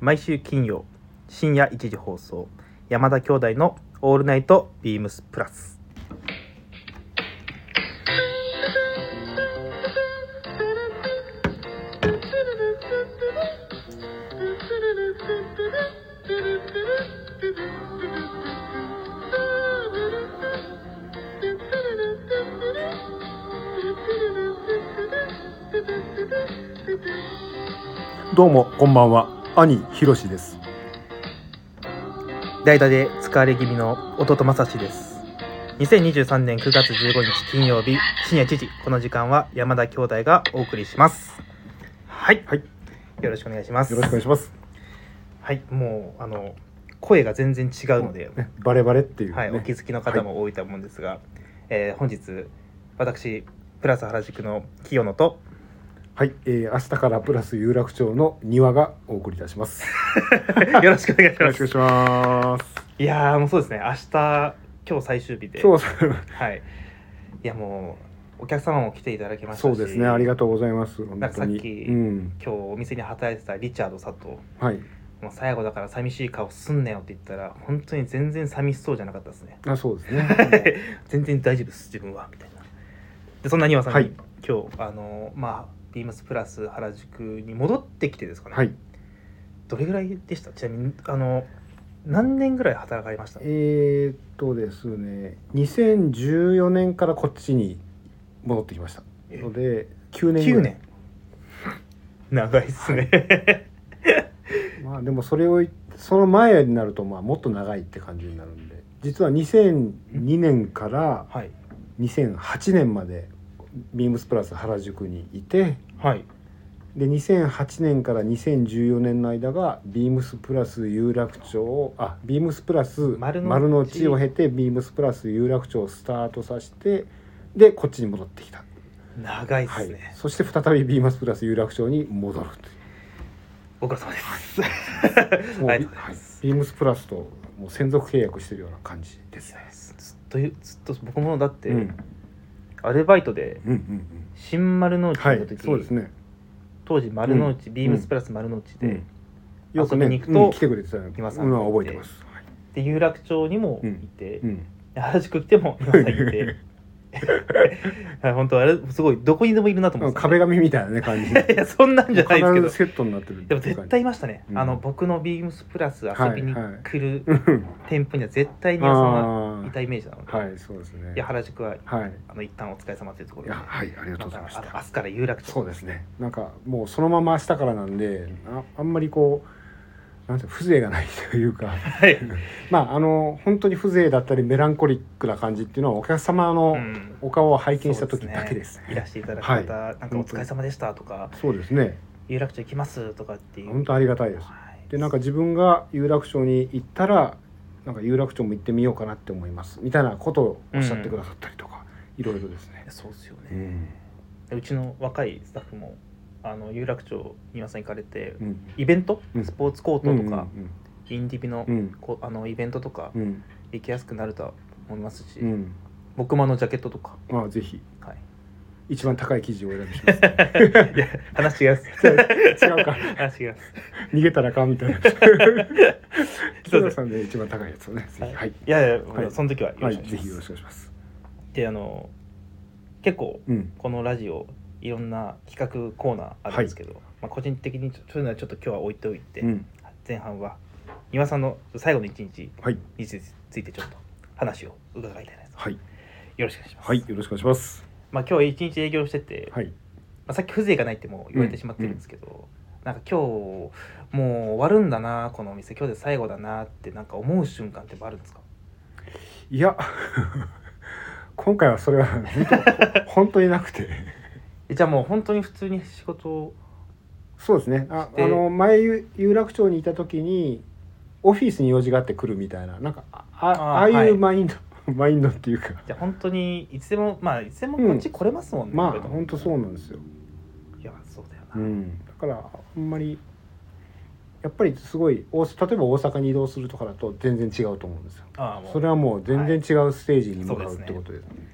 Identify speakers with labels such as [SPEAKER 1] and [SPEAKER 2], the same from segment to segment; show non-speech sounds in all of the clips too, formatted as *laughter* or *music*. [SPEAKER 1] 毎週金曜深夜1時放送山田兄弟の「オールナイトビームスプラス」
[SPEAKER 2] どうもこんばんは兄ひろしです
[SPEAKER 1] 代打で使われ気味の弟正志です2023年9月15日金曜日深夜1時この時間は山田兄弟がお送りしますはい、
[SPEAKER 2] はい、
[SPEAKER 1] よろしくお願いします
[SPEAKER 2] よろしくお願いします
[SPEAKER 1] はいもうあの声が全然違うので、
[SPEAKER 2] ねバレバレっていう、ね
[SPEAKER 1] はい、お気づきの方も多いと思うんですが、えー本日私プラス原宿の清野と *laughs*
[SPEAKER 2] はい、えー、明日からプラス有楽町の庭がお送りいたします
[SPEAKER 1] よろしくお願いし
[SPEAKER 2] よ
[SPEAKER 1] ま
[SPEAKER 2] ろしく
[SPEAKER 1] す
[SPEAKER 2] お願いします *laughs*
[SPEAKER 1] いやーもうそうですね明日今日最終日で *laughs*
[SPEAKER 2] 今日は
[SPEAKER 1] はいいやもうお客様も来ていただきましたし
[SPEAKER 2] そうですねありがとうございます
[SPEAKER 1] んか
[SPEAKER 2] 本
[SPEAKER 1] さ
[SPEAKER 2] 当
[SPEAKER 1] っき
[SPEAKER 2] にうん
[SPEAKER 1] 今日お店に働いてたリチャード佐藤
[SPEAKER 2] はい
[SPEAKER 1] もう最後だから寂しい顔すんなよって言ったら本当に全然寂しそうじゃなかったですね
[SPEAKER 2] あそうで
[SPEAKER 1] *laughs*
[SPEAKER 2] すね
[SPEAKER 1] 全然大丈夫です自分はみたいなでそんな丹羽さんに、
[SPEAKER 2] はい
[SPEAKER 1] 今日あのまあビームスプラス原宿に戻ってきてですかね、
[SPEAKER 2] はい
[SPEAKER 1] どれぐらいでしたちなみにあの何年ぐらい働かれました
[SPEAKER 2] えー、っとですね2014年からこっちに戻ってきました
[SPEAKER 1] え
[SPEAKER 2] ので9年
[SPEAKER 1] 9
[SPEAKER 2] ぐらい
[SPEAKER 1] 年長いっすね、
[SPEAKER 2] まあでもそれをその前になるとまあもっと長いって感じになるんで実は2002年から
[SPEAKER 1] はい
[SPEAKER 2] 2008年までビームスプラス原宿にいて
[SPEAKER 1] はい
[SPEAKER 2] で2008年から2014年の間がビームスプラス有楽町あビームスプラス
[SPEAKER 1] 丸の内
[SPEAKER 2] 丸の内を経てビームスプラス有楽町をスタートさせてでこっちに戻ってきた、
[SPEAKER 1] 長いっ
[SPEAKER 2] は
[SPEAKER 1] す
[SPEAKER 2] い
[SPEAKER 1] ね、、
[SPEAKER 2] そして再びビームスプラス有楽町に戻るという
[SPEAKER 1] ご苦労様です
[SPEAKER 2] もう
[SPEAKER 1] ありがとうござい
[SPEAKER 2] は
[SPEAKER 1] ま
[SPEAKER 2] い
[SPEAKER 1] す、
[SPEAKER 2] ビームスプラスともう専属契約してるような感じですね。
[SPEAKER 1] ずっとゆずっと僕もだって、
[SPEAKER 2] うん、うん
[SPEAKER 1] アルバイトで
[SPEAKER 2] うんうん
[SPEAKER 1] 新丸の内
[SPEAKER 2] は
[SPEAKER 1] の
[SPEAKER 2] い
[SPEAKER 1] 時、
[SPEAKER 2] そうですね。
[SPEAKER 1] 当時丸の内、ビームスプラス丸の内で、
[SPEAKER 2] うんよくね、
[SPEAKER 1] 遊びに行くと
[SPEAKER 2] うん来てくれてたの
[SPEAKER 1] います
[SPEAKER 2] うん覚えてます。はい
[SPEAKER 1] で有楽町にもいて、
[SPEAKER 2] うん、
[SPEAKER 1] 原宿来て
[SPEAKER 2] *laughs*
[SPEAKER 1] も今さいて *laughs* 本当あれすごいどこにでもいるなと思
[SPEAKER 2] なん
[SPEAKER 1] って
[SPEAKER 2] か
[SPEAKER 1] た
[SPEAKER 2] 壁紙みたいなね感 *laughs* じ。
[SPEAKER 1] いやそんなんじゃないですけ
[SPEAKER 2] 必
[SPEAKER 1] ど
[SPEAKER 2] ずセットになってる。
[SPEAKER 1] でも絶対いましたね、
[SPEAKER 2] うん
[SPEAKER 1] あの僕のビームスプラス遊びに来る
[SPEAKER 2] うん。
[SPEAKER 1] 店舗には絶対に皆さんは
[SPEAKER 2] あ
[SPEAKER 1] いたイメージなので、
[SPEAKER 2] あ、はい、そうですね。
[SPEAKER 1] いや原宿は
[SPEAKER 2] はい。
[SPEAKER 1] あの一旦お疲れ様というところ
[SPEAKER 2] い
[SPEAKER 1] で
[SPEAKER 2] や、はい、ありがとうございまし
[SPEAKER 1] また明
[SPEAKER 2] た。
[SPEAKER 1] 日から有楽町
[SPEAKER 2] そうですね。なんかもうそのまま明日からなんで、ああんまりこう、なんていうの風情がないというか。
[SPEAKER 1] はい、
[SPEAKER 2] まあ、あの本当に風情だったりメランコリックな感じっていうのはお客様の
[SPEAKER 1] うん
[SPEAKER 2] お顔を拝見した時だけです
[SPEAKER 1] い
[SPEAKER 2] ね。
[SPEAKER 1] らしていただく
[SPEAKER 2] はい
[SPEAKER 1] 方、なんかお疲れ様でしたとか
[SPEAKER 2] そうですね。
[SPEAKER 1] 有楽町行きますとかっていう
[SPEAKER 2] 本当ありがたいです。
[SPEAKER 1] はい
[SPEAKER 2] でなんか自分が有楽町に行ったらなんか有楽町も行ってみようかなって思いますみたいなことをおっしゃってくださったりとか、いろいろですね。
[SPEAKER 1] そうですよね、
[SPEAKER 2] うん。
[SPEAKER 1] でうちの若いスタッフもあの有楽町にさん行かれて
[SPEAKER 2] うん。
[SPEAKER 1] イベント、
[SPEAKER 2] うん
[SPEAKER 1] スポーツコートとか、
[SPEAKER 2] うん
[SPEAKER 1] インディビの,、
[SPEAKER 2] うん
[SPEAKER 1] こうあのイベントとか
[SPEAKER 2] うん
[SPEAKER 1] 行きやすくなるとは思いますし、
[SPEAKER 2] うん。
[SPEAKER 1] 僕もあのジャケットとか、
[SPEAKER 2] まあぜひ
[SPEAKER 1] はい、
[SPEAKER 2] *laughs* 一番高い記事をお選びします。
[SPEAKER 1] いや話違います
[SPEAKER 2] *laughs* 違うか
[SPEAKER 1] 話違います
[SPEAKER 2] 逃げたらあかんみたいな。 *laughs* 北田さんで一番高いやつをね。ぜひはい。
[SPEAKER 1] いやいや、
[SPEAKER 2] はい
[SPEAKER 1] その時はよろ
[SPEAKER 2] は
[SPEAKER 1] しくお願
[SPEAKER 2] い、
[SPEAKER 1] い
[SPEAKER 2] ぜひ
[SPEAKER 1] し
[SPEAKER 2] よ
[SPEAKER 1] ま
[SPEAKER 2] ろし
[SPEAKER 1] す
[SPEAKER 2] くお願いします。
[SPEAKER 1] であの結構
[SPEAKER 2] うん。
[SPEAKER 1] このラジオいろんな企画コーナーあるんですけど、まあ、個人的にちょそういうのはちょっと今日は置いておいて、
[SPEAKER 2] うん。
[SPEAKER 1] 前半は庭さんの最後の一日
[SPEAKER 2] はい。
[SPEAKER 1] についてちょっと話を伺いたいなと
[SPEAKER 2] はい。
[SPEAKER 1] よろしくお願いします、
[SPEAKER 2] はい。よろしくお願いします。
[SPEAKER 1] まあ、今日一日営業してて、
[SPEAKER 2] はい。
[SPEAKER 1] まあ、さっき風情がないってもう言われてしまってるんですけど、なんか今日もう終わるんだなこのお店今日で最後だなってなんか思う瞬間ってあるんですか
[SPEAKER 2] いや。 *laughs* 今回はそれは本当 *laughs* 本当になくて。
[SPEAKER 1] えじゃあもう本当に普通に仕事を
[SPEAKER 2] そうですね。あ、
[SPEAKER 1] して
[SPEAKER 2] あの前有有楽町にいた時にオフィスに用事があって来るみたいななんかああ
[SPEAKER 1] あ
[SPEAKER 2] ああ
[SPEAKER 1] はいいう
[SPEAKER 2] マインド、 *laughs* マインドっていうか。
[SPEAKER 1] じゃあ本当にいつでもまあいつでもこっち来れますもんね、
[SPEAKER 2] まあ
[SPEAKER 1] これでも
[SPEAKER 2] 本当そうなんですよ。
[SPEAKER 1] いやそうだよ
[SPEAKER 2] う
[SPEAKER 1] な、
[SPEAKER 2] ん。だからあんまりやっぱりすごい大例えば大阪に移動するとかだと全然違うと思うんですよ。
[SPEAKER 1] ああもう
[SPEAKER 2] それはもう全然違うステージに向かうってことですね。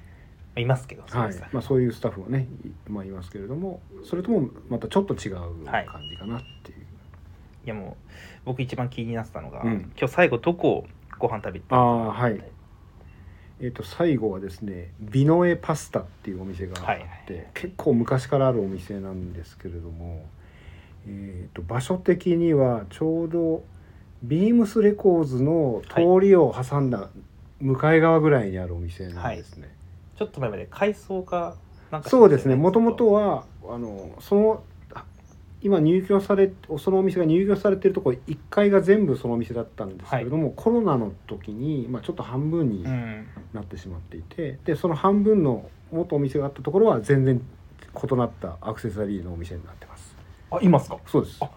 [SPEAKER 1] いますけどそう
[SPEAKER 2] は
[SPEAKER 1] で
[SPEAKER 2] い
[SPEAKER 1] すね、
[SPEAKER 2] まあ、そういうスタッフもねい,、まあ、いますけれどもそれともまたちょっと違う感じかなっていう、
[SPEAKER 1] いやもう僕一番気になってたのが、
[SPEAKER 2] うん
[SPEAKER 1] 今日最後どこをご飯食べて
[SPEAKER 2] ああはいえっと最後はですね美濃エパスタっていうお店があって、結構昔からあるお店なんですけれども、えっと場所的にはちょうどビームスレコーズの通りを挟んだ向かい側ぐらいにあるお店なんですね。
[SPEAKER 1] ちょっと前まで海藻かなんか
[SPEAKER 2] そうですね。もとも
[SPEAKER 1] 元々
[SPEAKER 2] とはあのそのあ今入居されそのお店が入居されてるところ1階が全部そのお店だったんですけれども、コロナの時にまあちょっと半分に
[SPEAKER 1] うん
[SPEAKER 2] なってしまっていて、でその半分の元お店があったところは全然異なったアクセサリーのお店になってます。
[SPEAKER 1] あいますか
[SPEAKER 2] そうです。
[SPEAKER 1] あ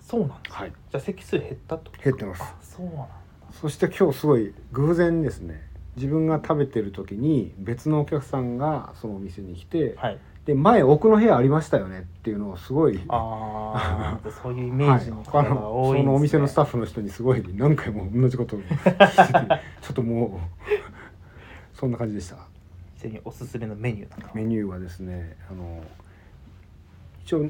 [SPEAKER 1] そうなんですか
[SPEAKER 2] はい。
[SPEAKER 1] じゃあ席数減ったってこと
[SPEAKER 2] 減ってます。
[SPEAKER 1] あそうなん
[SPEAKER 2] そして今日すごい偶然ですね。自分が食べてる時に別のお客さんがそのお店に来て、
[SPEAKER 1] はい
[SPEAKER 2] で前奥の部屋ありましたよねっていうのをすごい *laughs*
[SPEAKER 1] ああそういうイメ
[SPEAKER 2] は
[SPEAKER 1] ー
[SPEAKER 2] い、
[SPEAKER 1] ジの
[SPEAKER 2] あ
[SPEAKER 1] 方が
[SPEAKER 2] の
[SPEAKER 1] 多い
[SPEAKER 2] そのお店のスタ
[SPEAKER 1] ッ
[SPEAKER 2] ッフの人にすごい何回も同じことを聞いてちょっともうそんな感じでした
[SPEAKER 1] フにおすすめのメニューなんか
[SPEAKER 2] メニューはですねあの一応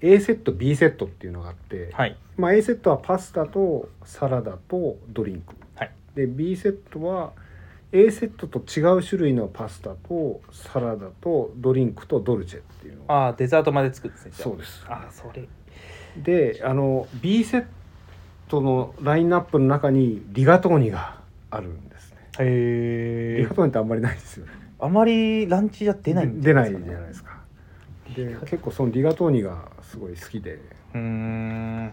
[SPEAKER 2] A セット B セットっていうのがあって、
[SPEAKER 1] はい
[SPEAKER 2] まあ、A セットはパスタとサラダとドリンク、
[SPEAKER 1] はい
[SPEAKER 2] で B セットは A セットと違う種類のパスタとサラダとドリンクとドルチェっていうの
[SPEAKER 1] ああデザートまで作るんですねじゃあ
[SPEAKER 2] そうです
[SPEAKER 1] ああそれ
[SPEAKER 2] であの B セットのラインナップの中にリガトーニがあるんですね、
[SPEAKER 1] へ
[SPEAKER 2] リガトーニってあんまりないですよね
[SPEAKER 1] あまりランチじゃ出ないん
[SPEAKER 2] 出ない
[SPEAKER 1] じ
[SPEAKER 2] じ
[SPEAKER 1] ゃ
[SPEAKER 2] ゃ
[SPEAKER 1] ない
[SPEAKER 2] な
[SPEAKER 1] で
[SPEAKER 2] い
[SPEAKER 1] す
[SPEAKER 2] で
[SPEAKER 1] か
[SPEAKER 2] すかで結構そのリガトーニがすごい好きで、
[SPEAKER 1] うーん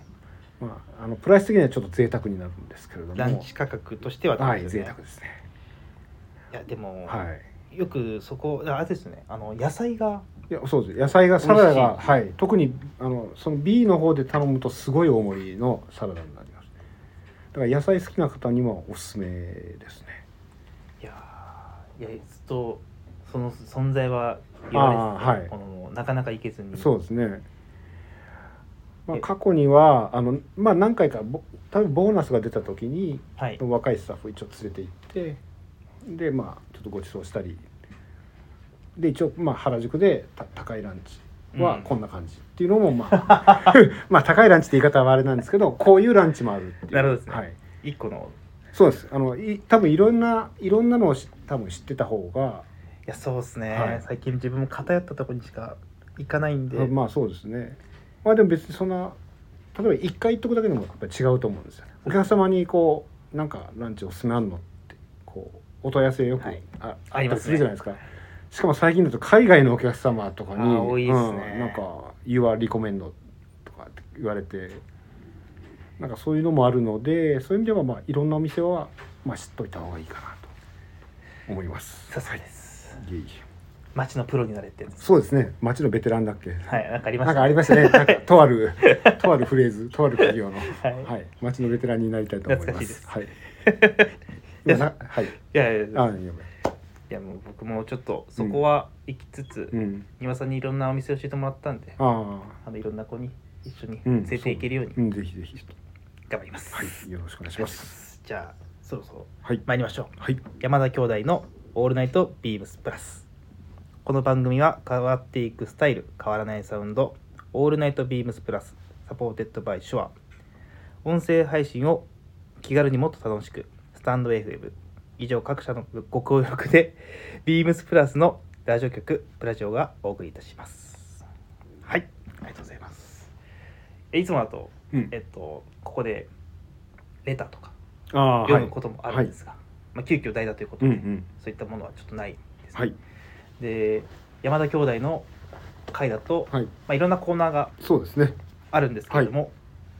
[SPEAKER 2] まあ、あのプライス的にはちょっと贅沢になるんですけれども
[SPEAKER 1] ランチ価格としては
[SPEAKER 2] はい、
[SPEAKER 1] ですね
[SPEAKER 2] 贅沢ですね
[SPEAKER 1] いやでも、
[SPEAKER 2] はい
[SPEAKER 1] よくそこああれですねあの野菜が
[SPEAKER 2] いやそうです野菜がサラダが
[SPEAKER 1] 美味しい
[SPEAKER 2] はい特にあのその B の方で頼むとすごい大盛りのサラダになりますだから野菜好きな方にはおすすめですね
[SPEAKER 1] いやーいやずっとその存在は言われてて
[SPEAKER 2] あ
[SPEAKER 1] このなかなか行けずに
[SPEAKER 2] そうですね。まあ、
[SPEAKER 1] え
[SPEAKER 2] 過去にはあの、まあ、何回かぼ多分ボーナスが出た時に
[SPEAKER 1] はい
[SPEAKER 2] 若いスタッフ一応連れて行ってでまあちょっとご馳走したりで一応まあ原宿でた高いランチ
[SPEAKER 1] う
[SPEAKER 2] は
[SPEAKER 1] ん
[SPEAKER 2] こんな感じっていうのもまあ、まあ *laughs* 高いランチって言い方はあれなんですけどこういうランチもあるっていう
[SPEAKER 1] なるほどですね
[SPEAKER 2] はい、
[SPEAKER 1] 一個の
[SPEAKER 2] そうですあのい多分いろんないろんなのをし多分知ってた方が
[SPEAKER 1] いやそうですね、
[SPEAKER 2] はい
[SPEAKER 1] 最近自分も偏ったところにしか行かないんで、
[SPEAKER 2] まあそうですねまあでも別にそんな例えば一回行っとくだけでもやっぱり違うと思うんですよねお客様にこうなんかランチおすすめあんのってこうお問い合わせよく、
[SPEAKER 1] はい
[SPEAKER 2] あ
[SPEAKER 1] あ
[SPEAKER 2] あ
[SPEAKER 1] り
[SPEAKER 2] った
[SPEAKER 1] ま
[SPEAKER 2] り
[SPEAKER 1] す
[SPEAKER 2] す
[SPEAKER 1] ね
[SPEAKER 2] るじゃないですかしかも最近だと海外のお客様とかに
[SPEAKER 1] あー多いですね
[SPEAKER 2] うん、なんか「You are recommend」とかって言われてなんかそういうのもあるのでそういう意味ではまあいろんなお店は、まあ、知っといた方がいいかなと思います。
[SPEAKER 1] さすがです
[SPEAKER 2] いえいえ
[SPEAKER 1] 街のプロになれってやつ
[SPEAKER 2] そうですね町のベテランだっけ
[SPEAKER 1] *laughs* はいなんかありま
[SPEAKER 2] な
[SPEAKER 1] し
[SPEAKER 2] ん
[SPEAKER 1] た
[SPEAKER 2] かありましたね。なんかとあるとあるフレーズ、とある企業の、はいい、町のベテランになりたいと思いま
[SPEAKER 1] 懐かし
[SPEAKER 2] す。
[SPEAKER 1] いです
[SPEAKER 2] はい。今なはい。
[SPEAKER 1] いやいやいや
[SPEAKER 2] あ、やばい。
[SPEAKER 1] いやもう僕もちょっとそこは行きつつ、
[SPEAKER 2] うん。
[SPEAKER 1] 庭さんにいろんなお店を教えてもらったんであ
[SPEAKER 2] あ
[SPEAKER 1] のいろんな子に一緒に
[SPEAKER 2] うん
[SPEAKER 1] 連れて行けるように
[SPEAKER 2] あ、うん、ぜひぜひ。
[SPEAKER 1] 頑張ります、
[SPEAKER 2] はい、よろしくお願いします。
[SPEAKER 1] じゃあそろそろ
[SPEAKER 2] はい。
[SPEAKER 1] 参りましょう
[SPEAKER 2] はい。
[SPEAKER 1] 山田兄弟の「オールナイトビームスプラス」この番組は変わっていくスタイル変わらないサウンド「オールナイトビームスプラス」サポーテッドバイシュア音声配信を気軽にもっと楽しくスタンド FM 以上各社のご協力でビームスプラスのラジオ局プラジオがお送りいたしますはいありがとうございますえいつもだと
[SPEAKER 2] うん
[SPEAKER 1] え。っとここでレターとか
[SPEAKER 2] ああ、は
[SPEAKER 1] 読む
[SPEAKER 2] い。
[SPEAKER 1] こともあるんですが、まあ、急遽代打ということ
[SPEAKER 2] う
[SPEAKER 1] で、
[SPEAKER 2] んうん。
[SPEAKER 1] そういったものはちょっとないです、ね
[SPEAKER 2] はい。
[SPEAKER 1] で山田兄弟の回だと、
[SPEAKER 2] はい。
[SPEAKER 1] まあ、いろんなコーナーが
[SPEAKER 2] そうですね。
[SPEAKER 1] あるんですけれども、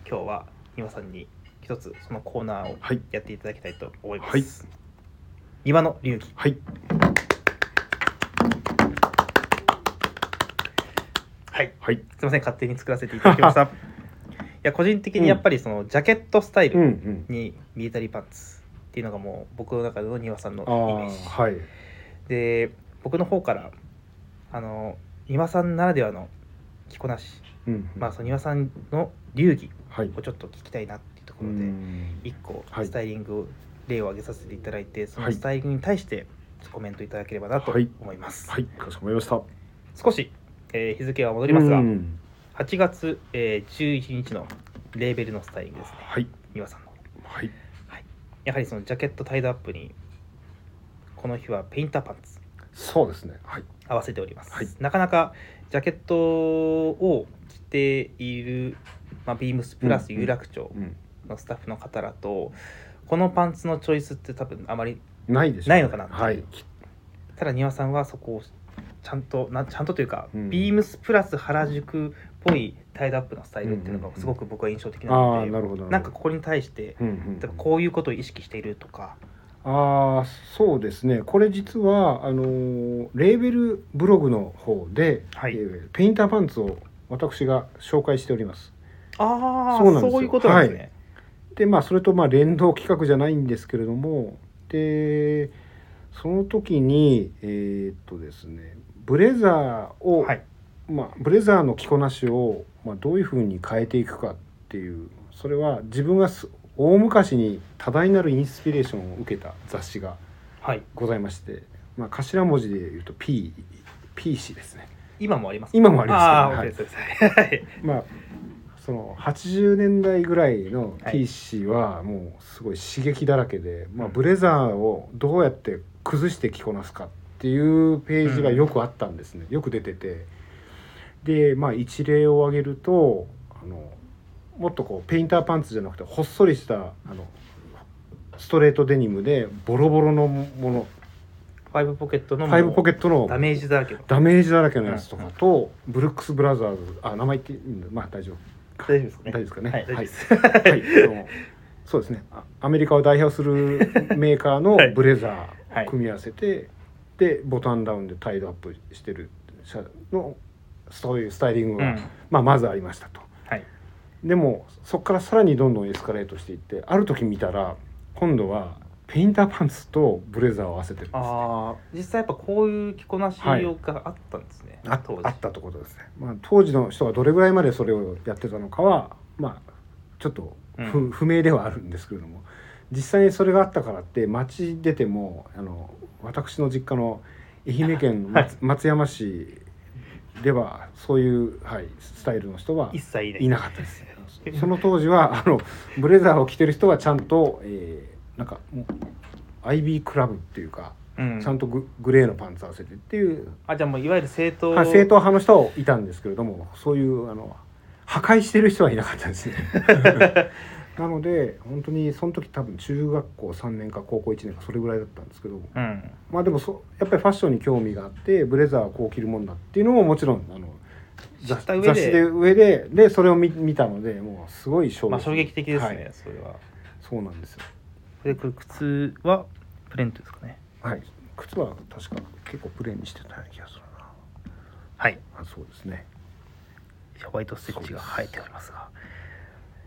[SPEAKER 1] 今日は庭さんに一つそのコーナーを
[SPEAKER 2] はい。
[SPEAKER 1] やっていただきたいと思います、
[SPEAKER 2] はい
[SPEAKER 1] 庭の流儀
[SPEAKER 2] はい。
[SPEAKER 1] はい
[SPEAKER 2] はい。
[SPEAKER 1] すいません勝手に作らせていただき *laughs* ましたいや個人的にやっぱりそのジャケットスタイ
[SPEAKER 2] うんう
[SPEAKER 1] ル
[SPEAKER 2] ん。
[SPEAKER 1] にミリタリーパンツっていうのがもう僕の中の庭さんのイ
[SPEAKER 2] あ
[SPEAKER 1] メ
[SPEAKER 2] あ、
[SPEAKER 1] ージ
[SPEAKER 2] はい。
[SPEAKER 1] で僕の方からあの庭さんならではの着こなし、
[SPEAKER 2] うんうん。
[SPEAKER 1] まあ、その庭さんの流儀
[SPEAKER 2] はい。
[SPEAKER 1] をちょっと聞きたいなっていうとこ
[SPEAKER 2] う
[SPEAKER 1] ろで
[SPEAKER 2] ん
[SPEAKER 1] 一個
[SPEAKER 2] はい
[SPEAKER 1] スタイリングを例を挙げさせていただいてその
[SPEAKER 2] はい
[SPEAKER 1] スタイリングに対してコメントいただければなと
[SPEAKER 2] はい
[SPEAKER 1] 思います、
[SPEAKER 2] はい。かしこまりました。
[SPEAKER 1] 少し、えー日付は戻りますが、
[SPEAKER 2] うん
[SPEAKER 1] 8月、えー11日のレーベルのスタイリングですね
[SPEAKER 2] はい
[SPEAKER 1] 岩さんの
[SPEAKER 2] はい
[SPEAKER 1] やはりそのジャケットタイドアップにこの日はペインターパンツ
[SPEAKER 2] そうですねはい
[SPEAKER 1] 合わせております、
[SPEAKER 2] はい
[SPEAKER 1] なかなかジャケットを着ている、まあ、ビームスプラス
[SPEAKER 2] うんうん
[SPEAKER 1] 有楽町
[SPEAKER 2] うん
[SPEAKER 1] のスタッフの方だとこのパンツのチョイスって多分あまり
[SPEAKER 2] ないでしょうね
[SPEAKER 1] ないのかなっていう
[SPEAKER 2] はい
[SPEAKER 1] ただ丹羽さんはそこをちゃんとなちゃんとというか、
[SPEAKER 2] うん
[SPEAKER 1] ビームスプラス原宿っぽいタイドアップのスタイルっていうの
[SPEAKER 2] うんうん
[SPEAKER 1] が
[SPEAKER 2] うん
[SPEAKER 1] すごく僕は印象的な
[SPEAKER 2] あ
[SPEAKER 1] の
[SPEAKER 2] あ
[SPEAKER 1] で、
[SPEAKER 2] なるほど
[SPEAKER 1] なんかここに対して
[SPEAKER 2] うんうん
[SPEAKER 1] 例えばこういうことを意識しているとか、
[SPEAKER 2] ああそうですねこれ実はあのーレーベルブログの方で、
[SPEAKER 1] はい
[SPEAKER 2] えーペインターパンツを私が紹介しております
[SPEAKER 1] ああ
[SPEAKER 2] そうなんですよ
[SPEAKER 1] そういうことなんですね、
[SPEAKER 2] でまあそれとまあ連動企画じゃないんですけれどもでその時にえーっとですねブレザーを、
[SPEAKER 1] はい
[SPEAKER 2] まあ、ブレザーの着こなしを、まあ、どういうふうに変えていくかっていうそれは自分がす大昔に多大なるインスピレーションを受けた雑誌が
[SPEAKER 1] はい、
[SPEAKER 2] ございまして、まあ、頭文字で言うと P, P 氏ですね
[SPEAKER 1] 今もあります
[SPEAKER 2] 今もあり
[SPEAKER 1] あ
[SPEAKER 2] ま
[SPEAKER 1] あ、
[SPEAKER 2] すけどね
[SPEAKER 1] OK です。はい。 *laughs*
[SPEAKER 2] まあその80年代ぐらいの
[SPEAKER 1] はい
[SPEAKER 2] P 氏はもうすごい刺激だらけで、まあ、
[SPEAKER 1] うん
[SPEAKER 2] ブレザーをどうやって崩して着こなすかっていうページがよくあったんですね、よく出ててでまあ一例を挙げるとあのもっとこうペインターパンツじゃなくてほっそりしたあのストレートデニムでボロボロのもの
[SPEAKER 1] ファイブポケットの
[SPEAKER 2] ファイブポケ
[SPEAKER 1] ッ
[SPEAKER 2] ットの
[SPEAKER 1] ダメージだらけの。
[SPEAKER 2] ダメージだらけのやつとかと、ブルックス・ブラザーズあ名前言っていいんだまあ大丈夫
[SPEAKER 1] 大丈夫ですかね。
[SPEAKER 2] 大丈夫ですかね
[SPEAKER 1] はい、大丈夫です。
[SPEAKER 2] はい、あのそうですねあアメリカを代表するメーカー
[SPEAKER 1] *laughs*
[SPEAKER 2] の
[SPEAKER 1] はい
[SPEAKER 2] ブレザ
[SPEAKER 1] は
[SPEAKER 2] ーを
[SPEAKER 1] い
[SPEAKER 2] 組み合わせて、でボタンダウンでタイドアップしてる車のそういうスタイリング
[SPEAKER 1] *laughs* う
[SPEAKER 2] が、
[SPEAKER 1] ん。
[SPEAKER 2] まあ、まずありましたと
[SPEAKER 1] はい。
[SPEAKER 2] でもそこからさらにどんどんエスカレートしていってある時見たら今度はペインターパンツとブレザーを合わせてるんですね
[SPEAKER 1] ああ、実際やっぱこういう着こなしがあったんですね。
[SPEAKER 2] あ
[SPEAKER 1] 当時。
[SPEAKER 2] あったところですね、まあ、当時の人がどれぐらいまでそれをやってたのかはまあちょっと不,、
[SPEAKER 1] うん
[SPEAKER 2] 不明ではあるんですけれども実際にそれがあったからって街出てもあの私の実家の愛媛県の松,、松山市ではそういう、はい、スタイルの人は
[SPEAKER 1] 一切いない。
[SPEAKER 2] いなかったです。その当時はあのブレザーを着てる人はちゃんと、えーなんかもう IB クラブっていうか、
[SPEAKER 1] うん。
[SPEAKER 2] ちゃんとググレーのパンツ合わせてっていう
[SPEAKER 1] あ、じゃあもういわゆる正当。
[SPEAKER 2] はい、正統派の人はいたんですけれどもそういうあの破壊してる人はいなかっ
[SPEAKER 1] *laughs*
[SPEAKER 2] たですねなので本当にその時多分中学校3年か高校1年かそれぐらいだったんですけど
[SPEAKER 1] うん。
[SPEAKER 2] まあでもそやっぱりファッションに興味があってブレザーはこう着るもんだっていうのももちろんあの雑
[SPEAKER 1] 知った上で
[SPEAKER 2] 雑誌で上ででそれを見見たのでもうすごい衝撃,、
[SPEAKER 1] まあ衝撃的です
[SPEAKER 2] はい
[SPEAKER 1] ね。それは。
[SPEAKER 2] そうなんですよ、
[SPEAKER 1] で、これ靴はプレントですかね。
[SPEAKER 2] はい、靴は確か結構プレーンにしてたような気がする
[SPEAKER 1] はい。
[SPEAKER 2] なあそうですね
[SPEAKER 1] ホワイトステッチが生えておりますが。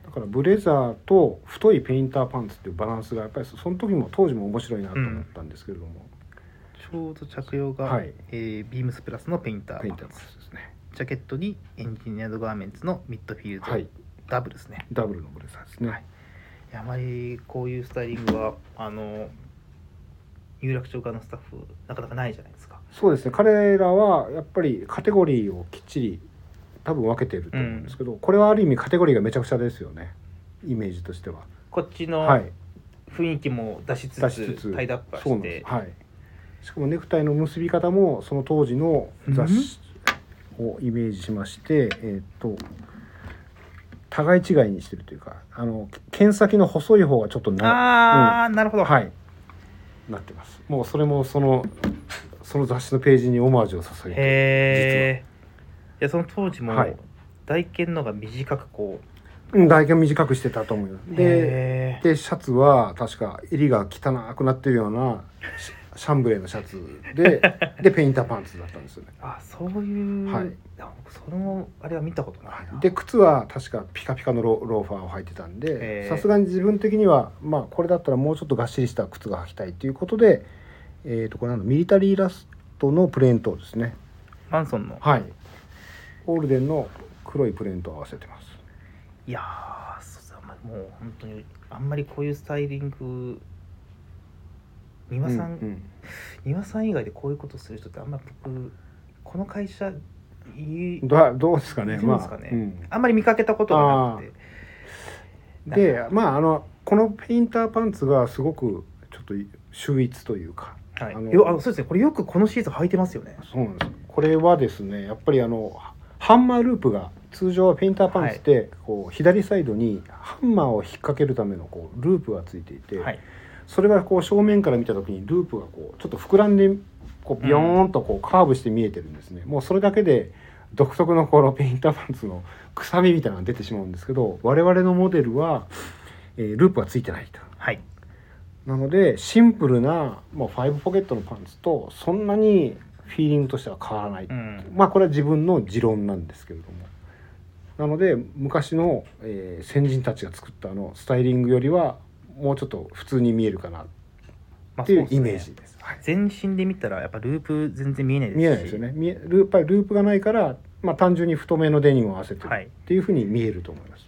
[SPEAKER 2] だからブレザーと太いペインターパンツっていうバランスがやっぱりその時も当時も面白いなと思ったんですけれども、
[SPEAKER 1] ちょうど着用が、
[SPEAKER 2] はい
[SPEAKER 1] えービームスプラスのペインター
[SPEAKER 2] ペイン
[SPEAKER 1] パ
[SPEAKER 2] ター
[SPEAKER 1] ン
[SPEAKER 2] パン
[SPEAKER 1] ツ
[SPEAKER 2] ツですね
[SPEAKER 1] ジャケットにエンジニアードガーメンツのミッドフィールド、
[SPEAKER 2] はい
[SPEAKER 1] ダブルですね。
[SPEAKER 2] ダブルのブレザーですね、
[SPEAKER 1] はいいやあまりこういうスタイリングはあの有楽町側のスタッフなかなかないじゃないですか。
[SPEAKER 2] そうですね彼らはやっぱりカテゴリーをきっちり多分分けてると思うんですけど、これはある意味カテゴリーがめちゃくちゃですよねイメージとしては、
[SPEAKER 1] こっち
[SPEAKER 2] は
[SPEAKER 1] の
[SPEAKER 2] い
[SPEAKER 1] 雰囲気も出しつつ,、
[SPEAKER 2] 出しつつ
[SPEAKER 1] タイドアップは
[SPEAKER 2] そうな
[SPEAKER 1] し
[SPEAKER 2] んで
[SPEAKER 1] て
[SPEAKER 2] す、はい、しかもネクタイの結び方もその当時の雑誌をイメージしまして、えーっと互い違いにしてるというかあの剣先の細い方がちょっとな
[SPEAKER 1] ああ、なるほど、
[SPEAKER 2] はいなってますもうそれもそのその雑誌のページにオマージュを捧げて
[SPEAKER 1] へえいやその当時も、
[SPEAKER 2] はい
[SPEAKER 1] 大剣のが短くこう
[SPEAKER 2] うん外見短くしてたと思うよで
[SPEAKER 1] へー
[SPEAKER 2] でシャツは確か襟が汚くなってるようなシシャンブレーのシャツ
[SPEAKER 1] *laughs*
[SPEAKER 2] ででペインターパンツだったんですよね
[SPEAKER 1] あそういう、
[SPEAKER 2] はい
[SPEAKER 1] や僕そのあれは見たことないな
[SPEAKER 2] で靴は確かピカピカのロローファーを履いてたん
[SPEAKER 1] へ
[SPEAKER 2] で
[SPEAKER 1] ー
[SPEAKER 2] さすがに自分的にはまあこれだったらもうちょっとがっしりした靴が履きたいということで、えー、とこれなんだミリタリーラストのプレーントですね
[SPEAKER 1] マンソンの
[SPEAKER 2] はいオールデンの黒いプレーントを合わせてます
[SPEAKER 1] いやーそうですねあんまりもう本当にあんまりこういうスタイリング丹羽さん、
[SPEAKER 2] うんうん
[SPEAKER 1] 丹羽さん以外でこういうことする人ってあんまり僕この会社い
[SPEAKER 2] どうどうですかね
[SPEAKER 1] どうですかね
[SPEAKER 2] まあうん
[SPEAKER 1] あんまり見かけたことがなくて
[SPEAKER 2] でまああのこのペインターパンツがすごくちょっと秀逸というか
[SPEAKER 1] はい、
[SPEAKER 2] あ
[SPEAKER 1] あ
[SPEAKER 2] の
[SPEAKER 1] のあのそうですねこれよくこのシーズン履いてますよね
[SPEAKER 2] そうなんですこれはですねやっぱりあのハンマーループが通常はペインターパンツって、こう左サイドにハンマーを引っ掛けるためのこうループがついていて、
[SPEAKER 1] はい
[SPEAKER 2] それがこう正面から見た時にループがこうちょっと膨らんでこうビヨーンとこうカーブして見えてるんですね、もうそれだけで独特のこのペインターパンツのくさみみたいなのが出てしまうんですけど我々のモデルは、えーループはついてないと。
[SPEAKER 1] はい
[SPEAKER 2] なのでシンプルな、まあ、ファイブポケットのパンツとそんなにフィーリングとしては変わらない、
[SPEAKER 1] うん
[SPEAKER 2] まあこれは自分の持論なんですけれどもなので昔の、えー先人たちが作ったあのスタイリングよりはもうちょっと普通に見えるかな
[SPEAKER 1] まあ
[SPEAKER 2] ってい
[SPEAKER 1] そうです
[SPEAKER 2] イ
[SPEAKER 1] ね
[SPEAKER 2] メージです。はい
[SPEAKER 1] 全身で見たらやっぱループ全然見えないですし
[SPEAKER 2] 見えないですよね見えループやっぱりループがないから、まあ、単純に太めのデニムを合わせてる
[SPEAKER 1] はい
[SPEAKER 2] っていうふうに見えると思います。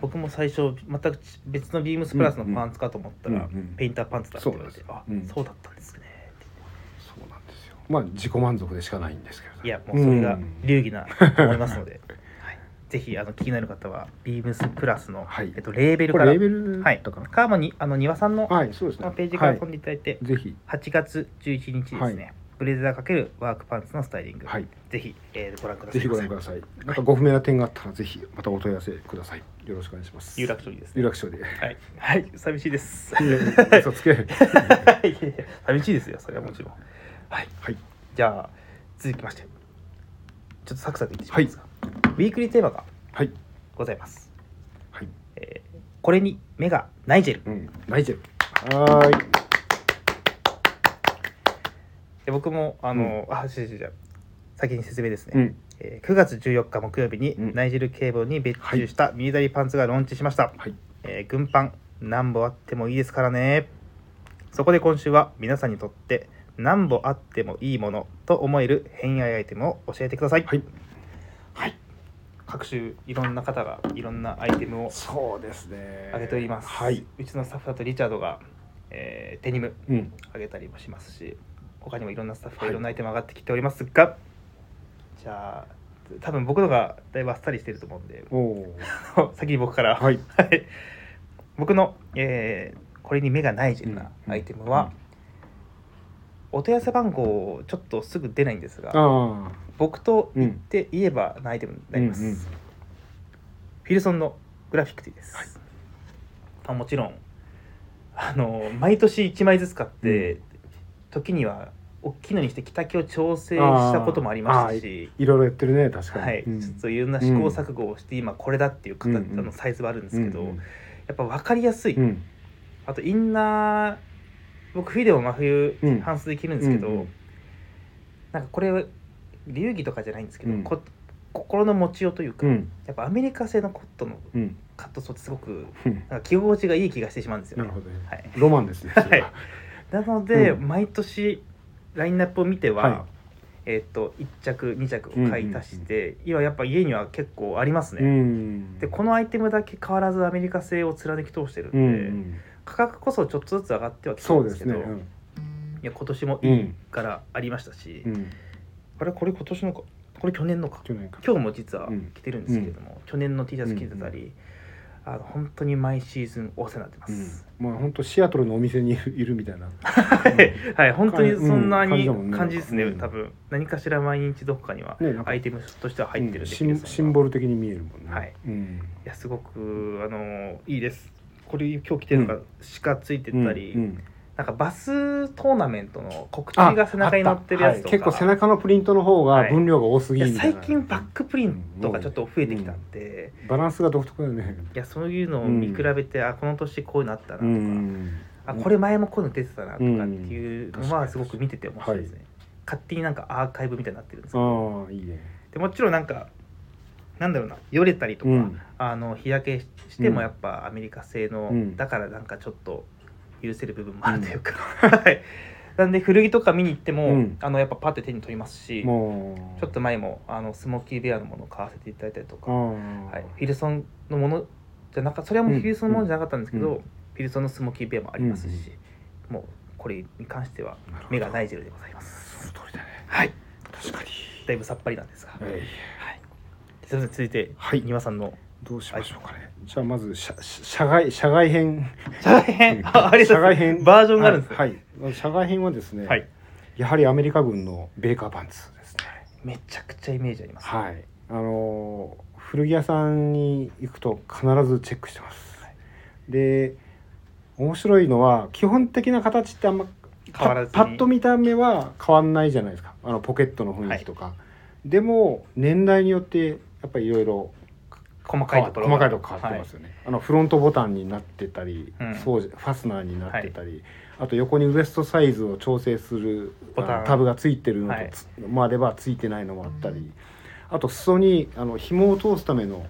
[SPEAKER 1] 僕も最初全く別のビームスプラスのパンツかと思ったら、
[SPEAKER 2] うんうん
[SPEAKER 1] ペインターパンツだって言われて
[SPEAKER 2] そうです
[SPEAKER 1] あ、
[SPEAKER 2] うん
[SPEAKER 1] そうだったんですねって
[SPEAKER 2] そうなんですよまあ自己満足でしかないんですけれど
[SPEAKER 1] いやもうそれが
[SPEAKER 2] ん
[SPEAKER 1] 流儀なと思いますの
[SPEAKER 2] *laughs*
[SPEAKER 1] で、はい、ぜひあの気になる方はビームスプラスの、
[SPEAKER 2] はい
[SPEAKER 1] えっと、レーベル
[SPEAKER 2] こ
[SPEAKER 1] から
[SPEAKER 2] れレーベル
[SPEAKER 1] はい
[SPEAKER 2] だから、
[SPEAKER 1] カーマにあの庭さんのホ
[SPEAKER 2] はい、そうですね
[SPEAKER 1] ームページから
[SPEAKER 2] はい
[SPEAKER 1] 飛んでいただいて、
[SPEAKER 2] ぜひ
[SPEAKER 1] 8月11日ですね、
[SPEAKER 2] は
[SPEAKER 1] ブレザー×ワークパンツのスタイリング、
[SPEAKER 2] はい
[SPEAKER 1] ぜひ、えーご覧くださ
[SPEAKER 2] ぜ
[SPEAKER 1] い
[SPEAKER 2] ひご覧ください。なんかご不明な点があったら、ぜひまたお問い合わせください。よろしくお願いします。
[SPEAKER 1] 有楽町にですね
[SPEAKER 2] 有楽町で。
[SPEAKER 1] はい、はい、寂しい
[SPEAKER 2] *laughs*
[SPEAKER 1] です。 *laughs*
[SPEAKER 2] い
[SPEAKER 1] い
[SPEAKER 2] やいや嘘つけ。は
[SPEAKER 1] やいや寂しいですよ、それはもちろん。はい、
[SPEAKER 2] い。
[SPEAKER 1] じゃあ、続きまして。ちょっとサクサクいってしまいますが、ウィークリーテーマが
[SPEAKER 2] はい。
[SPEAKER 1] ございます。
[SPEAKER 2] はい。
[SPEAKER 1] えーこれに目がナイジェル。
[SPEAKER 2] うん。ナイジェル。はーい。
[SPEAKER 1] で僕も、あの、あ、違う違う違う先に説明ですね。
[SPEAKER 2] うん。
[SPEAKER 1] えー9月14日木曜日に
[SPEAKER 2] うん
[SPEAKER 1] ナイジェル警棒に別注したミリタリーパンツがローンチしました、
[SPEAKER 2] はい。
[SPEAKER 1] えー軍パン何本あってもいいですからねそこで今週は皆さんにとって何本あってもいいものと思える偏愛アイテムを教えてください、
[SPEAKER 2] はい。
[SPEAKER 1] 各種いろんな方がいろんなアイテムを
[SPEAKER 2] そうですね。
[SPEAKER 1] あげております、
[SPEAKER 2] はい。
[SPEAKER 1] うちのスタッフだとリチャードが、えーデニム
[SPEAKER 2] うん。
[SPEAKER 1] あげたりもしますし他にもいろんなスタッフが
[SPEAKER 2] はい
[SPEAKER 1] いろんなアイテム上がってきておりますが、じゃあ多分僕のがだいぶあっさりしてると思うんで *laughs*
[SPEAKER 2] おお。
[SPEAKER 1] 先に僕から、 *laughs*
[SPEAKER 2] はい。
[SPEAKER 1] はい僕の、えーこれに目がないジェルなアイテムは、お問い合わせ番号ちょっとすぐ出ないんですが
[SPEAKER 2] ああ。
[SPEAKER 1] 僕と
[SPEAKER 2] うん。
[SPEAKER 1] で言えばのアイテムになります、
[SPEAKER 2] うんうん
[SPEAKER 1] フィルソンのグラフィックティです、
[SPEAKER 2] はい
[SPEAKER 1] あもちろんあの毎年1枚ずつ買って、時には大きいのにして着丈を調整したこともありましたし
[SPEAKER 2] いろいろやってるね、確かに。
[SPEAKER 1] はい、
[SPEAKER 2] うん
[SPEAKER 1] ちょっといろんな試行錯誤をして、今これだっていう形
[SPEAKER 2] うんうん
[SPEAKER 1] のサイズはあるんですけど、
[SPEAKER 2] うん
[SPEAKER 1] やっぱ分かりやすい、
[SPEAKER 2] うん。うん
[SPEAKER 1] あとインナー僕冬でも真冬、
[SPEAKER 2] うん
[SPEAKER 1] 半袖着るんですけど、
[SPEAKER 2] うんうん
[SPEAKER 1] なんかこれ流儀とかじゃないんですけど、
[SPEAKER 2] うん
[SPEAKER 1] こ心の持ちようというか、
[SPEAKER 2] うん。
[SPEAKER 1] やっぱアメリカ製のコットンの
[SPEAKER 2] うん。
[SPEAKER 1] カットソーってすごく *laughs*
[SPEAKER 2] うん
[SPEAKER 1] なんか着心地がいい気がしてしまうんですよ
[SPEAKER 2] な
[SPEAKER 1] ね、
[SPEAKER 2] るほどね。
[SPEAKER 1] はい、
[SPEAKER 2] ロマンですね。それは
[SPEAKER 1] はなので、
[SPEAKER 2] うん
[SPEAKER 1] 毎年ラインナップを見ては、
[SPEAKER 2] は
[SPEAKER 1] えっと1着2着を買い足して、今やっぱ家には結構ありますね、
[SPEAKER 2] うん。
[SPEAKER 1] でこのアイテムだけ変わらずアメリカ製を貫き通してるんで、
[SPEAKER 2] うんうん。
[SPEAKER 1] 価格こそちょっとずつ上がってはきてる
[SPEAKER 2] そ
[SPEAKER 1] ん
[SPEAKER 2] う
[SPEAKER 1] で
[SPEAKER 2] ですす
[SPEAKER 1] けど
[SPEAKER 2] ね。うん
[SPEAKER 1] いや今年も
[SPEAKER 2] う
[SPEAKER 1] いい
[SPEAKER 2] ん。
[SPEAKER 1] からありましたし、
[SPEAKER 2] うん。
[SPEAKER 1] あれこれ今年のかこれ去年のか
[SPEAKER 2] 去年か。
[SPEAKER 1] 今日も実は
[SPEAKER 2] うん
[SPEAKER 1] 着てるんですけれども、去年の T シャツ着てたり、あの本当に毎シーズンお世話になってま
[SPEAKER 2] う
[SPEAKER 1] す、
[SPEAKER 2] ん、まあ本当シアトルのお店にいるいるみたいな。
[SPEAKER 1] はい本当にそんなに
[SPEAKER 2] うん
[SPEAKER 1] 感じですね、
[SPEAKER 2] うん
[SPEAKER 1] 多分何かしら毎日どこかには
[SPEAKER 2] ねなんか
[SPEAKER 1] アイテムとしては入ってるんで
[SPEAKER 2] シンシンボル的に見えるもんね。
[SPEAKER 1] はい
[SPEAKER 2] うん。
[SPEAKER 1] いやすごくあのいいですこれ今日着てるのが
[SPEAKER 2] うん
[SPEAKER 1] 鹿ついてたり、
[SPEAKER 2] うんうん
[SPEAKER 1] なんかバストーナメントの告知が背中に載ってるやつとか、
[SPEAKER 2] あったはい結構背中のプリントの方が
[SPEAKER 1] はい
[SPEAKER 2] 分量が多す
[SPEAKER 1] い
[SPEAKER 2] ぎ
[SPEAKER 1] や
[SPEAKER 2] みたい
[SPEAKER 1] 最
[SPEAKER 2] な。
[SPEAKER 1] 近バックプリントがちょっと増えてきたんで、
[SPEAKER 2] バランスが独特だよね。
[SPEAKER 1] いやそういうのを見比べて、あこの年こういうのあったなとか、
[SPEAKER 2] うん。
[SPEAKER 1] あこれ前もこういうの出てたなとかっていう
[SPEAKER 2] うん
[SPEAKER 1] のはすごく見てて面白いですね、勝手になんかアーカイブみたいになってるんですよ
[SPEAKER 2] ああいいね。
[SPEAKER 1] でもちろんなんかなんだろうなよれたりとか、
[SPEAKER 2] うん
[SPEAKER 1] あの日焼けしても
[SPEAKER 2] うん
[SPEAKER 1] やっぱアメリカ製の、
[SPEAKER 2] うん
[SPEAKER 1] だからなんかちょっと許せる部分もあるというか、 *laughs* はいなんで古着とか見に行っても、
[SPEAKER 2] うん
[SPEAKER 1] あのやっぱパッて手に取りますし
[SPEAKER 2] もう
[SPEAKER 1] ちょっと前もあのスモーキーベアのものを買わせていただいたりと
[SPEAKER 2] あ
[SPEAKER 1] か、
[SPEAKER 2] あ
[SPEAKER 1] はい、フィルソンのものじゃなかそれはもうフィルソンのものじゃなかったんですけど、
[SPEAKER 2] うんうん
[SPEAKER 1] フィルソンのスモーキーベアもありますし、もうこれに関しては
[SPEAKER 2] なるほど
[SPEAKER 1] 目がナイジェルでございます
[SPEAKER 2] その通りだね。
[SPEAKER 1] はい
[SPEAKER 2] 確かに。
[SPEAKER 1] だいぶさっぱりなんですが、はい
[SPEAKER 2] はい。
[SPEAKER 1] すいません続いて
[SPEAKER 2] はい
[SPEAKER 1] 丹羽さんの
[SPEAKER 2] どうしましょうかね、じゃあまず社社外社外編
[SPEAKER 1] 社外編 *laughs* あありがとうございます
[SPEAKER 2] 社外編
[SPEAKER 1] バージョンがあるんですね
[SPEAKER 2] はい、はい社外編はですね、
[SPEAKER 1] はい
[SPEAKER 2] やはりアメリカ軍のベーカーパンツですね
[SPEAKER 1] めちゃくちゃイメージあります
[SPEAKER 2] はいあのー古着屋さんに行くと必ずチェックしてます、で面白いのは基本的な形ってあんま
[SPEAKER 1] 変わらずに
[SPEAKER 2] パパッと見た目は変わんないじゃないですかあのポケットの雰囲気とか、でも年代によってやっぱりいろいろ
[SPEAKER 1] 細かい
[SPEAKER 2] 細
[SPEAKER 1] ところが
[SPEAKER 2] かいとこ変わってますよね、あのフロントボタンになってたり、
[SPEAKER 1] うん
[SPEAKER 2] そうじファスナーになってたり、あと横にウエストサイズを調整する
[SPEAKER 1] ボタン
[SPEAKER 2] あのタブがついてるのと
[SPEAKER 1] はい
[SPEAKER 2] つもあればついてないのもあったり、あと裾にあの紐を通すための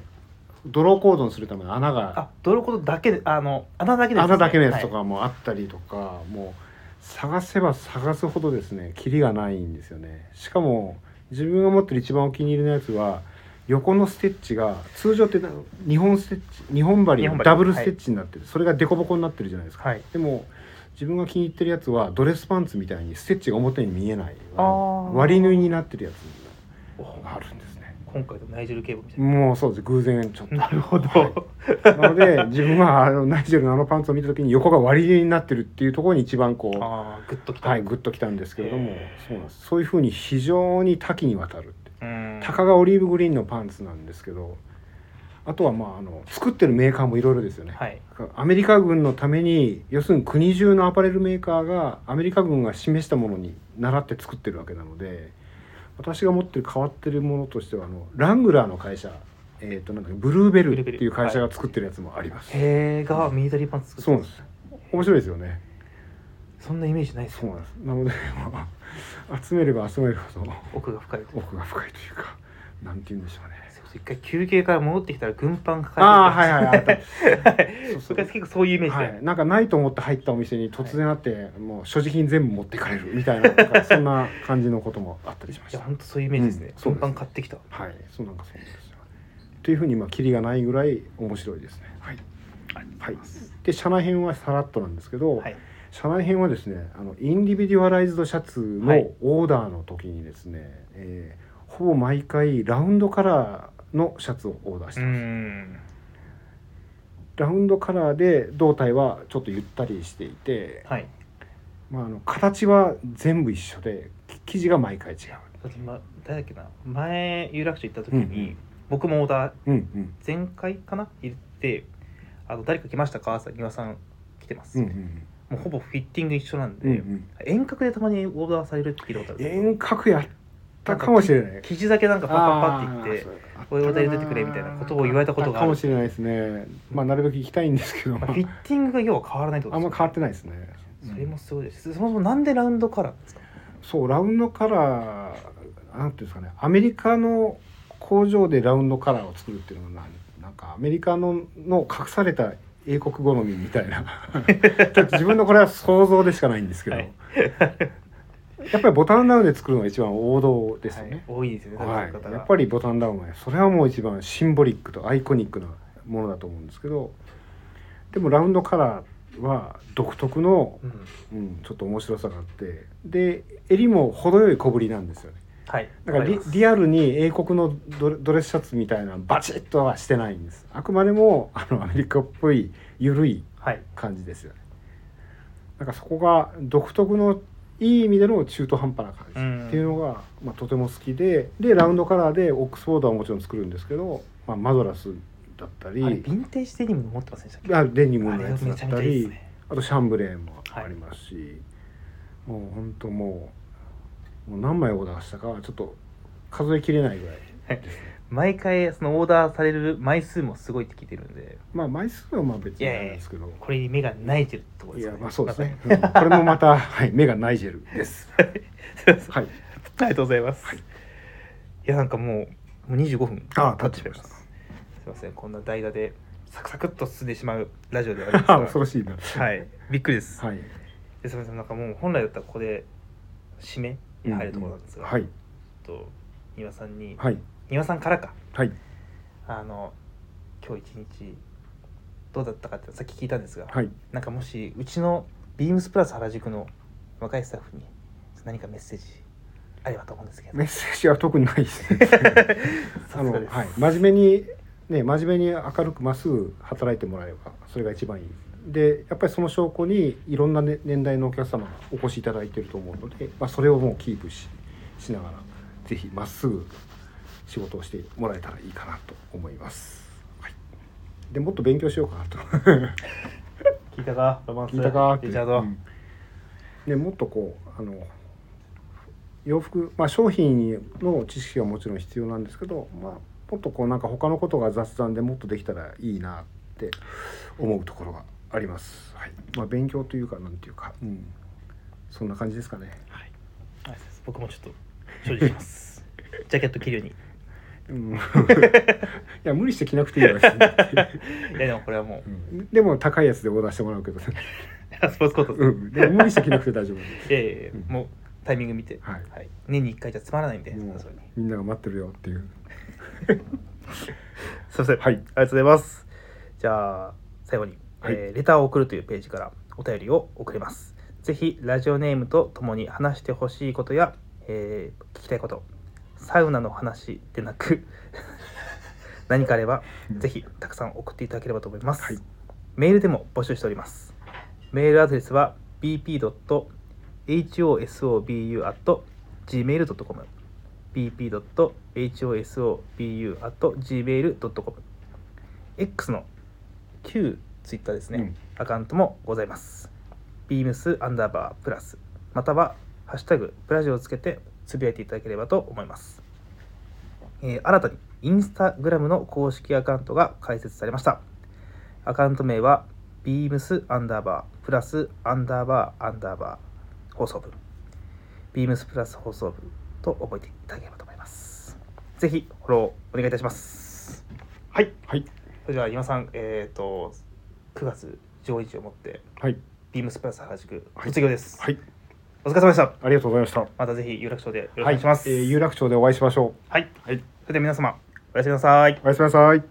[SPEAKER 2] ドローコードにするための穴が
[SPEAKER 1] あ泥ることだけであの穴だけで
[SPEAKER 2] 穴だけのや
[SPEAKER 1] はい
[SPEAKER 2] つとかもあったりとか、もう探せば探すほどですねキリがないんですよねしかも自分が持ってる一番お気に入りのやつは横のステッチが通常ってな2本ステッチ2本針
[SPEAKER 1] 二本
[SPEAKER 2] の
[SPEAKER 1] 針
[SPEAKER 2] ダブルステッチになってる、それがデコボコになってるじゃないですか、
[SPEAKER 1] はい
[SPEAKER 2] でも自分が気に入ってるやつはドレスパンツみたいにステッチが表に見えない
[SPEAKER 1] あー
[SPEAKER 2] 割り縫いになってるや
[SPEAKER 1] お
[SPEAKER 2] つがあるんですね
[SPEAKER 1] 今回のナイジェル警部みたい
[SPEAKER 2] もうそうです偶然ちょっと
[SPEAKER 1] ななるほど、
[SPEAKER 2] はいなので自分はあのナイジェルのあのパンツを見た時に横が割り縫いになってるっていうところに一番こ
[SPEAKER 1] ああグッとき
[SPEAKER 2] う、
[SPEAKER 1] た、
[SPEAKER 2] はい、グッときたんですけれども
[SPEAKER 1] へー
[SPEAKER 2] そうなんですそういうふうに非常に多岐にわたるって
[SPEAKER 1] うん
[SPEAKER 2] たかがオリーブグリーンのパンツなんですけどあとはまああの作ってるメーカーもいろいろですよね。
[SPEAKER 1] はい
[SPEAKER 2] アメリカ軍のために要するに国中のアパレルメーカーがアメリカ軍が示したものに倣って作ってるわけなので私が持ってる変わってるものとしてはあのラングラーの会社、えー、となんだっけブルーベルっていう会社が作ってるやつもあります、
[SPEAKER 1] へえがミリタリーパンツ作
[SPEAKER 2] そう
[SPEAKER 1] っ
[SPEAKER 2] なんです面白いですよね
[SPEAKER 1] てそんなイメージないです
[SPEAKER 2] そう
[SPEAKER 1] よ
[SPEAKER 2] なんですなので、まあ、集めれば集めるほど
[SPEAKER 1] 奥が深いと
[SPEAKER 2] 奥が深いというかなんて言うんでしょうね
[SPEAKER 1] それこそ一回休憩から戻ってきたら軍パン抱えて
[SPEAKER 2] ああはいはいはいあ *laughs* った
[SPEAKER 1] はい
[SPEAKER 2] そうそう
[SPEAKER 1] 昔結構そういうイメージ
[SPEAKER 2] は
[SPEAKER 1] で、
[SPEAKER 2] い、なんかないと思って入ったお店に突然あって、もう所持品全部持ってかれるみたいななんかそんな感じのこともあったりしま
[SPEAKER 1] い
[SPEAKER 2] し
[SPEAKER 1] や
[SPEAKER 2] た。
[SPEAKER 1] 本当そういうイメージですね
[SPEAKER 2] うん、そ
[SPEAKER 1] 軍
[SPEAKER 2] うです
[SPEAKER 1] パン買ってきた
[SPEAKER 2] はい、そうなんかそうなんですよ。というふうにまあキリがないぐらい面白いですね。はい。はい。で社内編はさらっとなんですけど、
[SPEAKER 1] はい
[SPEAKER 2] 社内編はですね、あのインディビデュアライズドシャツ
[SPEAKER 1] はい
[SPEAKER 2] のオーダーの時にですね、えーほぼ毎回ラウンドカラーのシャツをオーダーし
[SPEAKER 1] う
[SPEAKER 2] てます。
[SPEAKER 1] ん
[SPEAKER 2] ラウンドカラーで胴体はちょっとゆったりしていて、
[SPEAKER 1] はい
[SPEAKER 2] まあ、あの形は全部一緒でき生地が毎回違う。
[SPEAKER 1] だってま誰だっけな前有楽町行った時
[SPEAKER 2] うん
[SPEAKER 1] に、
[SPEAKER 2] うん
[SPEAKER 1] 僕もオーダー
[SPEAKER 2] うん
[SPEAKER 1] 前回かな行ってあの誰か来ましたか朝庭さん来てます、
[SPEAKER 2] うんうん
[SPEAKER 1] もうほぼフィッティング一緒なんで、
[SPEAKER 2] うんうん
[SPEAKER 1] 遠隔でたまにオーダーされるって聞いたことあるんです
[SPEAKER 2] 遠隔やったかもしれない。
[SPEAKER 1] 生地だけなんかパッパッパっていって
[SPEAKER 2] あーそうか
[SPEAKER 1] こういうお題出てくれみたいなことを言われたことがある
[SPEAKER 2] あったかもしれないですね。まあなるべく行きたいんですけど、
[SPEAKER 1] まあ、フィッティングが要は変わらないってこ
[SPEAKER 2] あ
[SPEAKER 1] とですよ
[SPEAKER 2] んま
[SPEAKER 1] ね
[SPEAKER 2] 変わってないですね。
[SPEAKER 1] それもすごいですそもそもなんでラウンドカラーなんですか
[SPEAKER 2] そうラウンドカラーなんていうんですかねアメリカの工場でラウンドカラーを作るっていうのはなんなんかアメリカのの隠された英国好みみたいな *laughs* ちょっと自分のこれは想像でしかないんですけど、
[SPEAKER 1] はい
[SPEAKER 2] やっぱりボタンダウンで作るのが一番王道ですよね。
[SPEAKER 1] はい、多いですよね
[SPEAKER 2] はい、
[SPEAKER 1] 作り方が
[SPEAKER 2] やっぱりボタンダウンはねそれはもう一番シンボリックとアイコニックなものだと思うんですけどでもラウンドカラーは独特の
[SPEAKER 1] うん
[SPEAKER 2] うん、ちょっと面白さがあってで襟も程よい小ぶりなんですよね
[SPEAKER 1] はい
[SPEAKER 2] だか
[SPEAKER 1] わ
[SPEAKER 2] ら
[SPEAKER 1] り
[SPEAKER 2] リ
[SPEAKER 1] ます
[SPEAKER 2] リアルに英国のドレドレスシャツみたいなバチッとはしてないんですあくまでもあのアメリカっぽい緩い
[SPEAKER 1] はい
[SPEAKER 2] 感じですよねなんかそこが独特のいい意味での中途半端な感じ、
[SPEAKER 1] うん
[SPEAKER 2] っていうのが、まあ、とても好きででラウンドカラーでオックスフォードはもちろん作るんですけど、まあ、マドラスだったり
[SPEAKER 1] あれヴィンテージデニムの持ってませんでしたっけ
[SPEAKER 2] あデニム
[SPEAKER 1] あ
[SPEAKER 2] の
[SPEAKER 1] れ
[SPEAKER 2] や
[SPEAKER 1] が
[SPEAKER 2] つだ
[SPEAKER 1] め
[SPEAKER 2] っ
[SPEAKER 1] ちゃめち
[SPEAKER 2] た
[SPEAKER 1] ゃいいで
[SPEAKER 2] り
[SPEAKER 1] すね
[SPEAKER 2] あとシャンブレーもありますし、もう本当もうもう何枚オーダーしたかはちょっと数えきれないぐらい、
[SPEAKER 1] 毎回そのオーダーされる枚数もすごいって聞いてるんで
[SPEAKER 2] まあ枚数はまあ別にあれなんですけどい
[SPEAKER 1] これに目がないてるってこと
[SPEAKER 2] や
[SPEAKER 1] ですよね
[SPEAKER 2] まあそうですね、
[SPEAKER 1] ま
[SPEAKER 2] うんこれもまた、はい、目がナイジェルです
[SPEAKER 1] さに
[SPEAKER 2] はい
[SPEAKER 1] *laughs* ありがとうございます。い、やなんかもうもう25分
[SPEAKER 2] あタッチしました
[SPEAKER 1] す。すいませんこんな代打でサクサクっと進んでしまうラジオではあり
[SPEAKER 2] *laughs* あ
[SPEAKER 1] ます
[SPEAKER 2] 恐
[SPEAKER 1] が
[SPEAKER 2] ろしいな
[SPEAKER 1] はいびっくりです。
[SPEAKER 2] はい
[SPEAKER 1] ですみませんなんかもう本来だったらここで締めに入るところなんですが、
[SPEAKER 2] はい
[SPEAKER 1] ちょっと庭さんに
[SPEAKER 2] はい
[SPEAKER 1] 庭さんからか
[SPEAKER 2] はい
[SPEAKER 1] あの今日一日どうだったかってさっき聞いたんですが、
[SPEAKER 2] はい
[SPEAKER 1] なんかもしうちのビームスプラス原宿の若いスタッフに何かメッセージあればと思うんですけど
[SPEAKER 2] メッセージは特にないですね
[SPEAKER 1] さ
[SPEAKER 2] あ
[SPEAKER 1] す
[SPEAKER 2] の、
[SPEAKER 1] がです
[SPEAKER 2] はい、真面目にね真面目に明るくまっすぐ働いてもらえればそれが一番いいでやっぱりその証拠にいろんな、ね、年代のお客様がお越しいただいてると思うので、まあ、それをもうキープししながら是非まっすぐ仕事をしてもらえたらいいかなと思います。はい、でもっと勉強しようかなと。
[SPEAKER 1] 聞いたかロマンス
[SPEAKER 2] 聞いたかって
[SPEAKER 1] 聞いたぞ、
[SPEAKER 2] うんでもっとこうあの洋服、まあ、商品の知識はもちろん必要なんですけど、まあ、もっとこうなんか他のことが雑談でもっとできたらいいなって思うところがあります、はいまあ、勉強というかなんていうか、うん、そんな感じですかね
[SPEAKER 1] はい僕もちょっと正直し
[SPEAKER 2] *laughs*
[SPEAKER 1] ますジャケット着るように
[SPEAKER 2] うん *laughs* いや無理して着なくていいわ別に
[SPEAKER 1] いやでもこれはも
[SPEAKER 2] うん *laughs* でも高いやつでオーダーしてもらうけ *laughs* ど、
[SPEAKER 1] う *laughs* スポーツコートです、
[SPEAKER 2] うん、でも無理して着なくて大丈夫です
[SPEAKER 1] いやいやいや
[SPEAKER 2] うん
[SPEAKER 1] もうタイミング見て、
[SPEAKER 2] はい
[SPEAKER 1] 年に1回じゃつまらないんで、
[SPEAKER 2] もう
[SPEAKER 1] それに
[SPEAKER 2] みんなが待ってるよっていう
[SPEAKER 1] すいません、
[SPEAKER 2] は
[SPEAKER 1] あ
[SPEAKER 2] い
[SPEAKER 1] りがとうございますじゃあ最後に、
[SPEAKER 2] はい
[SPEAKER 1] えーレターを送るというページからお便りを送れますぜひラジオネームとともに話してほしいことや、えー聞きたいことサウナの話でなく *laughs* 何かあればぜひたくさん送っていただければと思います、
[SPEAKER 2] はい
[SPEAKER 1] メールでも募集しておりますメールアドレスは bp.hosobu.gmail.com bp.hosobu.gmail.com X の旧 Twitter ですね、
[SPEAKER 2] うん
[SPEAKER 1] アカウントもございます。beams アンダーバープラスまたはハッシュタグプラジオをつけてつぶやいていただければと思います。えー新たにインスタグラムの公式アカウントが開設されました。アカウント名は beams アンダーバープラスアンダーバーアンダーバー放送部 beams プラス放送部と覚えていただければと思います。ぜひフォローお願いいたします。はい。
[SPEAKER 2] はい
[SPEAKER 1] それでは今さん、えっ、と9月上位をもって
[SPEAKER 2] はい
[SPEAKER 1] ビームスプラス原宿卒業です、
[SPEAKER 2] はい
[SPEAKER 1] お疲れ様でした
[SPEAKER 2] ありがとうございました
[SPEAKER 1] またぜひ有楽町でよろしくお願いします
[SPEAKER 2] は
[SPEAKER 1] はい
[SPEAKER 2] えー
[SPEAKER 1] い、
[SPEAKER 2] 有楽町でお会いしましょう
[SPEAKER 1] はい
[SPEAKER 2] はい
[SPEAKER 1] それでは皆様おやすみなさい
[SPEAKER 2] おやすみなさい